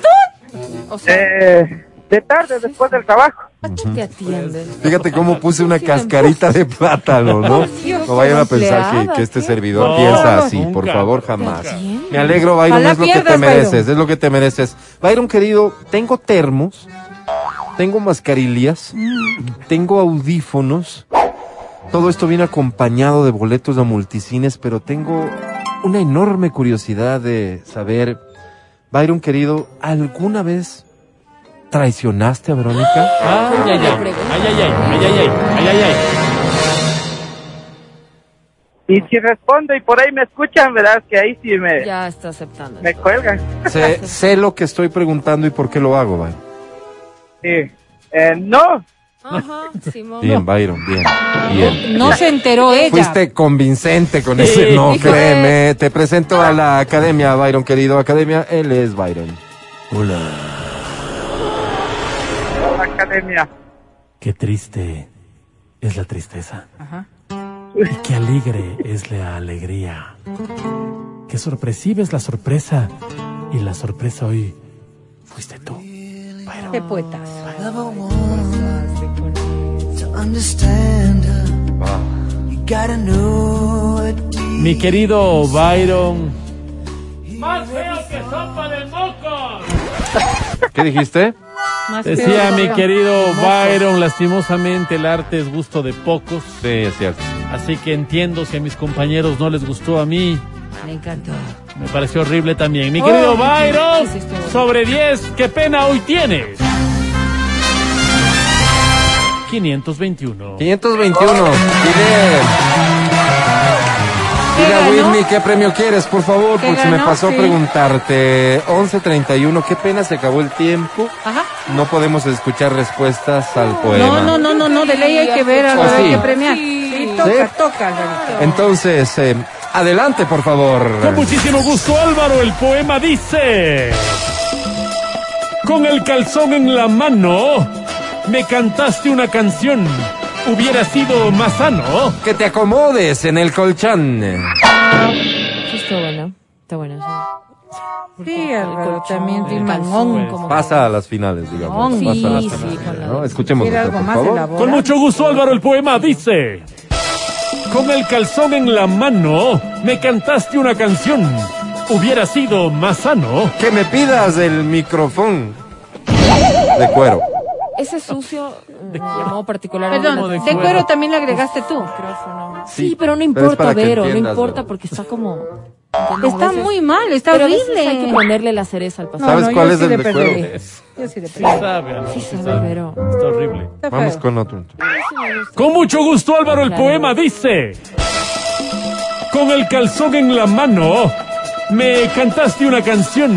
S5: O sea,
S10: Eh, de tarde, después del trabajo.
S5: ¿a quién te atiende?
S2: Fíjate cómo puse una cascarita de plátano, ¿no?
S5: Dios,
S2: No vayan a pensar que,
S5: empleada,
S2: que este
S5: ¿qué?
S2: servidor
S4: No,
S2: piensa así, por
S4: nunca,
S2: favor,
S4: nunca.
S2: jamás. Me alegro, Byron,
S5: Ojalá
S2: es lo que te
S5: pierdas,
S2: mereces, es lo que te mereces. Byron, querido, tengo termos, tengo mascarillas, tengo audífonos. Todo esto viene acompañado de boletos a multicines, pero tengo una enorme curiosidad de saber, Byron, querido, ¿alguna vez traicionaste a Verónica?
S4: Ay, ay, ay. Ay, ay, ay. Ay, ay, ay. Ay, ay, ay.
S10: Y si respondo y por ahí me escuchan, verás que ahí sí me,
S6: Ya está aceptando.
S10: me cuelgan.
S2: Sé, sé lo que estoy preguntando y por qué lo hago, Byron.
S10: Sí. Eh, no,
S6: Ajá, Simón.
S2: Bien, Byron, bien, bien.
S5: No se enteró ella.
S2: Fuiste convincente con
S4: Sí.
S2: ese no,
S6: Hijo de-
S2: créeme. Te presento a la academia, Byron, querido. Academia, él es Byron.
S10: academia.
S4: Qué triste es la tristeza.
S5: Ajá.
S4: Y qué alegre es la alegría. Qué sorpresiva es la sorpresa. Y la sorpresa hoy fuiste tú.
S5: Qué poetas.
S9: Ah.
S4: Mi querido Byron. Más feo que sopa de mocos.
S2: ¿Qué dijiste?
S5: Más
S4: Decía
S5: peor.
S4: mi querido Byron, lastimosamente el arte es gusto de pocos.
S2: Sí, es cierto.
S4: Así que entiendo si a mis compañeros no les gustó a mí.
S6: Me encantó.
S4: Me pareció horrible también. Mi querido Byron,
S6: Oh, sí, sí, estuvo.
S4: sobre 10, ¿qué pena hoy tienes? 521.
S2: 521. Dile. Dile a
S5: ganó?
S2: Whitney qué premio quieres, por favor,
S5: ¿Qué
S2: porque se me
S5: ganó?
S2: pasó
S5: Sí.
S2: preguntarte. 11.31, qué pena se acabó el tiempo.
S5: Ajá.
S2: No podemos escuchar respuestas al poema.
S5: No, no, no, no, no, de ley hay que ver,
S2: ¿Ah,
S5: Álvaro,
S2: sí?
S5: hay que premiar. Sí, toca,
S2: Sí.
S5: toca, Alvarito.
S2: Entonces, eh, adelante, por favor.
S4: Con muchísimo gusto, Álvaro, el poema dice... Con el calzón en la mano, me cantaste una canción. Hubiera sido más sano.
S2: Que te acomodes en el colchón.
S6: Sí, está bueno. Está bueno, sí.
S5: Sí, Álvaro, también
S4: El
S5: tiene
S4: calzón,
S5: mangón como
S2: Pasa a las finales, digamos.
S5: Sí,
S2: Pasa a las
S6: sí,
S2: finales,
S6: con la-
S2: ¿no? Escuchemos
S5: Quiere
S2: otra,
S5: algo
S2: por
S5: más
S2: favor.
S5: elaborado.
S4: Con mucho gusto, Álvaro, el poema dice... Con el calzón en la mano, me cantaste una canción. Hubiera sido más sano.
S2: Que me pidas el micrófono de cuero.
S6: Ese sucio me llamó particularmente la
S5: Perdón,
S4: de
S5: de
S4: cuero.
S5: cuero también le agregaste tú.
S6: micrófono.
S2: Sí,
S6: Sí, pero no
S2: pero es para
S6: importa,
S2: que
S6: Vero,
S2: entiendas,
S6: no importa
S2: Vero.
S6: porque está como...
S5: Está muy mal, está
S6: Pero a veces hay que
S5: horrible.
S6: ponerle la cereza al pasado.
S2: ¿Sabes
S5: no,
S2: cuál
S5: yo
S2: es
S5: sí
S2: el
S5: le
S2: de
S5: perdí.
S2: cuero?
S5: Yo sí le
S4: Sí
S5: pedí.
S4: sabe, Álvaro,
S6: Sí
S4: sí
S6: sabe,
S4: sabe.
S6: pero-
S4: Está horrible.
S5: Está
S2: Vamos
S5: feo.
S2: con otro.
S4: Con mucho gusto, Álvaro, el
S6: Claro.
S4: poema dice... Con el calzón en la mano, me cantaste una canción.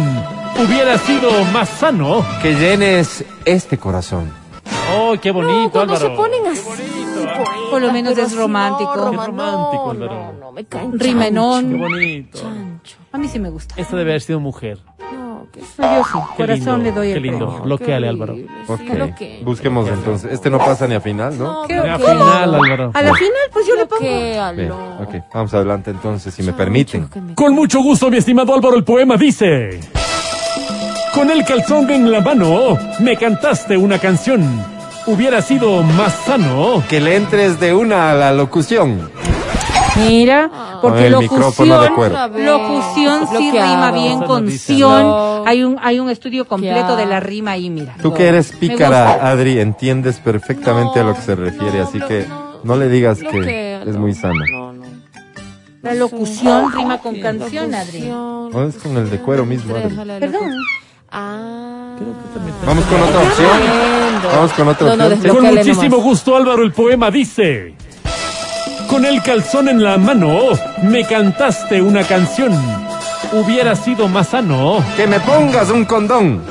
S4: Hubiera sido más sano.
S2: Que llenes este corazón.
S4: Oh, qué bonito,
S11: no, cuando
S4: Álvaro.
S11: se ponen así.
S5: Por lo menos
S11: pero
S5: es
S11: sí,
S5: romántico.
S11: No,
S5: Qué
S11: Roma,
S4: romántico,
S11: no,
S4: Álvaro.
S11: No, no, me caen
S5: Rimenón.
S4: Qué bonito.
S5: A mí sí me gusta.
S4: Esta debe haber sido mujer.
S11: chancho. No, que es-
S5: No, yo sí.
S4: Qué
S5: Corazón
S4: lindo,
S5: le doy el
S4: Qué lindo.
S5: premio.
S4: Bloqueale, Álvaro.
S2: Ok.
S11: bloqueo.
S2: Busquemos entonces. Este no pasa ni a final, ¿no?
S5: Creo
S4: Al
S5: que-
S4: final, Álvaro.
S5: A la final, pues yo le pongo.
S11: Que a
S2: Bien,
S11: lo-
S2: ok. Vamos adelante entonces, si me permiten.
S11: que me-
S4: Con mucho gusto, mi estimado Álvaro, el poema dice... Con el calzón en la mano, me cantaste una canción. Hubiera sido más sano.
S2: Que le entres de una a la locución.
S5: Mira,
S2: Con
S5: porque
S2: el micrófono de
S5: locución,
S2: cuero.
S11: Otra vez.
S5: locución sí
S11: Bloqueado.
S5: rima bien
S4: Eso
S5: con
S4: no dice
S5: sion.
S11: nada.
S5: Hay un hay un estudio completo
S11: Bloqueado.
S5: de la rima ahí, mira.
S2: Tú
S11: No.
S2: que eres pícara,
S5: gusta.
S2: Adri, entiendes perfectamente a lo que se
S11: No,
S2: refiere,
S11: no,
S2: así
S11: blo-
S2: que
S11: no.
S2: no le digas que
S11: Bloquealo.
S2: es muy sano.
S11: No, no.
S5: La locución rima con canción, Adri.
S2: No, es con el de cuero mismo, Adri.
S5: Perdón.
S11: Ah.
S2: Vamos con otra opción. Vamos con otra
S11: No, no,
S2: opción.
S11: desbloquea.
S4: Con
S11: Bloqueale
S4: muchísimo
S11: nomás.
S4: gusto, Álvaro, el poema dice... Con el calzón en la mano, me cantaste una canción. Hubiera sido más sano.
S2: Que me pongas un condón.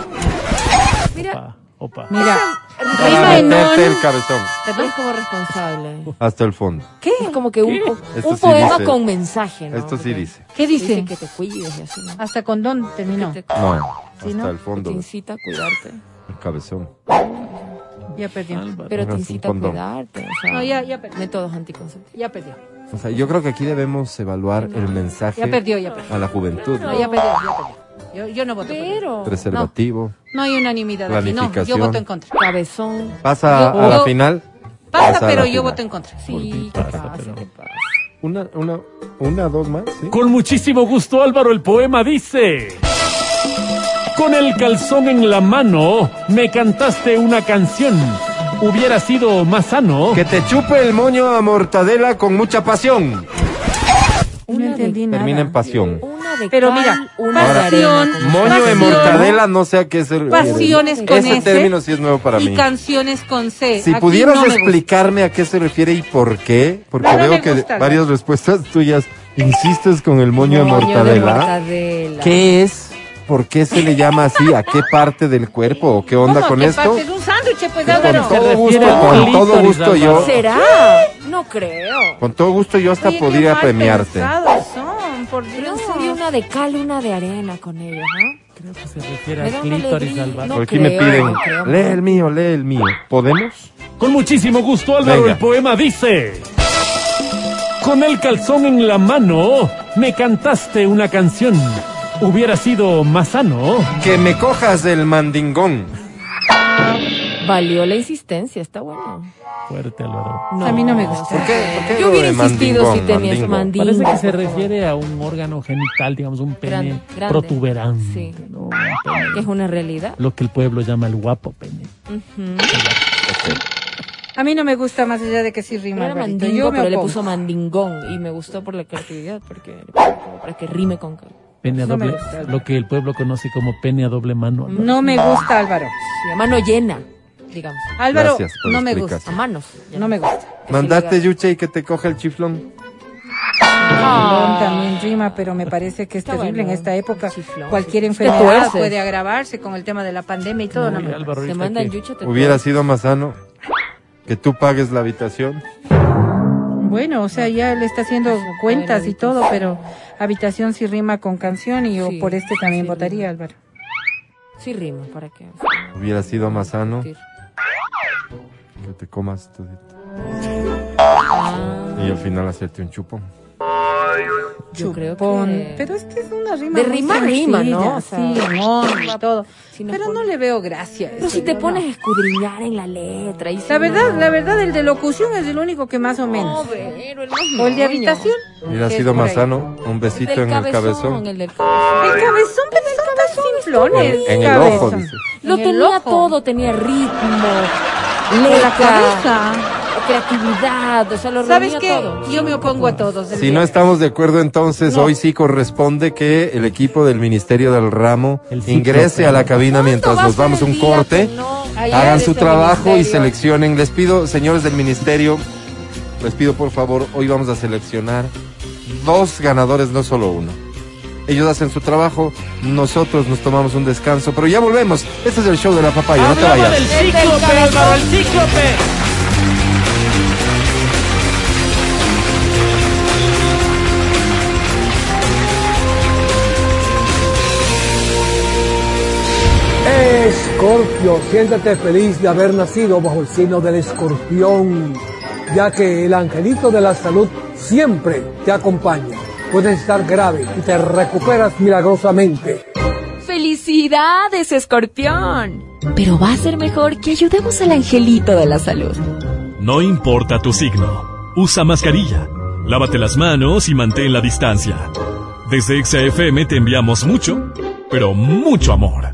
S4: Opa, opa.
S5: Mira,
S2: Para
S5: rima en
S2: meterte
S5: on.
S2: el cabezón
S11: Es como responsable.
S2: hasta el fondo.
S11: ¿Qué? Es como que un, po-
S2: Esto
S11: un
S2: sí
S11: poema
S2: dice-
S11: con mensaje, ¿no?
S2: Esto sí dice.
S5: ¿Qué
S11: Dice
S5: dice?
S11: que te cuides y así, ¿no?
S5: Hasta condón terminó.
S11: Que te-
S2: No,
S11: Sí,
S2: hasta
S11: ¿no?
S2: el
S11: Te
S2: fondo
S11: incita a cuidarte.
S2: el cabezón.
S5: Ya perdió.
S11: Pero te
S2: Pongas un
S11: incita a
S2: condón.
S11: cuidarte. O sea,
S5: No, ya ya perdió.
S11: Métodos anticonceptivos.
S5: Ya perdió.
S2: O sea, yo creo que aquí debemos evaluar el mensaje
S5: Ya perdió, ya perdió.
S2: a la juventud.
S5: No, ya perdió, ya perdió. Yo, yo no voto. por él.
S11: Pero.
S2: Preservativo.
S5: No hay unanimidad aquí. No, yo
S2: Planificación.
S5: voto en contra.
S11: Cabezón.
S2: Pasa
S5: Yo-
S2: a la final.
S5: Pasa,
S2: Pasa a
S5: pero
S2: la
S5: yo
S2: final.
S5: voto en contra.
S11: Sí, ¿qué pasa? ¿Qué pasa?
S2: Una, una, una, dos más, ¿sí?
S4: Con muchísimo gusto, Álvaro, el poema dice... Con el calzón en la mano, me cantaste una canción. Hubiera sido más sano.
S2: Que te chupe el moño a mortadela con mucha pasión.
S11: Una de-
S2: Termina en pasión.
S11: Una de
S5: Pero
S11: cal,
S5: mira,
S11: una de
S5: pasión,
S11: arena, como-
S2: Moño de
S5: Pasión.
S2: mortadela, no sé a qué se refiere.
S5: Pasiones con
S2: Ese
S5: S
S2: término sí es nuevo para
S5: y
S2: mí.
S5: canciones con C.
S2: Si
S5: Aquí
S2: pudieras
S5: no me gusta.
S2: explicarme a qué se refiere y por qué, porque
S5: No, no
S2: veo
S5: me
S2: que
S5: gusta, no.
S2: varias respuestas tuyas insistes con el moño, de
S11: Moño de
S2: mortadela.
S11: mortadela.
S2: ¿Qué es? ¿Por qué se le llama así? ¿A qué parte del cuerpo? ¿O qué onda
S5: ¿Cómo
S2: con
S5: que
S2: esto?
S5: parte de un sándwich, pues,
S2: Con
S5: Álvaro?
S2: todo gusto,
S4: refiere
S2: con
S4: al
S2: todo
S4: clítoris,
S2: gusto yo,
S4: Álvaro.
S11: ¿Será? No creo.
S2: con todo gusto yo hasta
S5: Oye, qué
S2: podría
S5: mal
S2: premiarte.
S5: pensados son, por
S11: Pero en
S5: Dios.
S11: serio, una de cal, una de arena con ella, ¿ah?
S4: Creo
S11: ¿no?
S4: que se refiere
S11: Me
S4: al
S11: da una
S4: clítoris,
S11: alegría.
S4: Álvaro.
S11: No
S2: Por aquí
S11: creo,
S2: me piden,
S11: no creo.
S2: lee el mío, lee el mío. ¿Podemos?
S4: Con muchísimo gusto, Álvaro,
S2: Venga.
S4: el poema dice... Con el calzón en la mano, me cantaste una canción. Hubiera sido más sano.
S2: Que me cojas el mandingón.
S11: Valió la insistencia, está bueno.
S4: Fuerte, Álvaro.
S11: No,
S5: A mí no me gusta.
S2: ¿Por qué? ¿Por qué
S11: Yo
S2: lo
S11: hubiera
S2: de
S11: insistido si
S2: mandingón,
S11: tenías
S2: mandingo?
S4: Parece
S11: mandingo.
S4: que se refiere a un órgano genital, digamos, un pene
S11: Grande, grande.
S4: protuberante.
S11: Sí.
S4: ¿no? Un pene,
S11: Que es una realidad.
S4: Lo que el pueblo llama el guapo pene.
S5: A mí no me gusta más allá de que sí rima.
S11: No era
S5: Alvarito.
S11: mandingo,
S5: Yo me
S11: pero le
S5: opongo.
S11: puso mandingón y me gustó por la creatividad, porque le puso como para que rime con cal.
S4: Pene a
S5: No me
S4: doble,
S5: gusta, Álvaro.
S4: lo que el pueblo conoce como pene a doble mano. ¿no?
S5: No me gusta, Álvaro.
S11: Sí, a mano llena, digamos.
S5: Álvaro,
S2: Gracias por
S5: no me
S2: explicar.
S11: A
S5: gusta.
S11: manos.
S5: No me gusta.
S2: Mandate, Yuche, y que te coja el chiflón.
S11: Ah.
S5: Chiflón también rima, pero me parece que es
S11: Está
S5: terrible
S11: bueno.
S5: en esta época.
S11: Chiflón.
S5: Cualquier
S11: Te
S5: enfermedad
S11: tuerces.
S5: puede agravarse con el tema de la pandemia y todo. no
S4: Uy,
S5: me-
S4: Álvaro,
S11: Te
S4: ahorita
S11: mandan
S4: que-
S11: yucho, te
S2: Hubiera sido más sano que tú pagues la habitación.
S5: Bueno, o sea, ya él está haciendo
S11: Pues,
S5: cuentas y todo, pero habitación sí rima con canción y yo
S11: Sí,
S5: por este también
S11: sí
S5: votaría,
S11: rima.
S5: Álvaro.
S11: Sí rima, ¿para qué?
S2: Hubiera sido más sano que te comas todito.
S11: Ah,
S2: Y al final hacerte un chupón.
S11: yo creo
S5: Pon-
S11: que...
S5: Pero este es que es una rima.
S11: De
S5: muy
S11: rima, rima,
S5: sencilla,
S11: ¿no? O
S5: Sí,
S11: sea,
S5: amor y todo.
S11: si nos
S5: pero
S11: pon-
S5: no le veo gracia. a
S11: Pero
S5: eso,
S11: si te
S5: yo
S11: pones
S5: no.
S11: a escudriñar en la letra y si
S5: La verdad,
S11: no-
S5: la verdad, el de locución es el único que más o menos.
S11: No, pero el
S5: O el de
S11: moño.
S5: habitación.
S2: Hubiera
S5: que es
S2: sido
S5: por
S2: más
S5: ahí.
S2: sano un
S11: El
S2: besito
S11: del
S2: en el cabezón.
S11: el del cabezón.
S5: El cabezón, pero son tan
S2: En,
S5: simplones.
S2: en el
S5: cabezón.
S2: ojo, dice.
S11: Lo
S5: En el
S11: tenía
S5: ojo.
S11: todo, tenía ritmo,
S5: En la
S11: letra,
S5: cabeza.
S11: creatividad, o sea, lo
S5: ¿Sabes
S11: reunía
S5: qué?
S11: todo.
S5: Yo me opongo a todos. el
S2: Si
S5: día
S2: no
S5: de-
S2: estamos de acuerdo, entonces hoy sí corresponde que el equipo del Ministerio del Ramo
S4: El ciclo,
S2: ingrese a la
S4: claro.
S2: cabina mientras
S11: ¿Cuánto
S2: nos
S11: va a
S2: vamos
S11: ser
S2: un
S11: el día
S2: corte,
S11: que no?
S5: Allá
S2: hagan
S5: de
S2: su
S5: ese
S2: trabajo y
S5: ministerio.
S2: seleccionen. Les pido, señores del Ministerio, les pido por favor, hoy vamos a seleccionar dos ganadores, no solo uno. Ellos hacen su trabajo, nosotros nos tomamos un descanso, pero ya volvemos. Este es el show de la papaya, no te
S12: Hablaba
S2: vayas.
S12: del cíclope, Álvaro, el cíclope.
S4: Escorpio, siéntate feliz de haber nacido bajo el signo del escorpión, ya que el angelito de la salud siempre te acompaña. Puedes estar grave y te recuperas milagrosamente.
S11: ¡Felicidades, escorpión! Pero va a ser mejor que ayudemos al angelito de la salud.
S1: No importa tu signo. Usa mascarilla, lávate las manos y mantén la distancia. Desde XFM te enviamos mucho, pero mucho amor.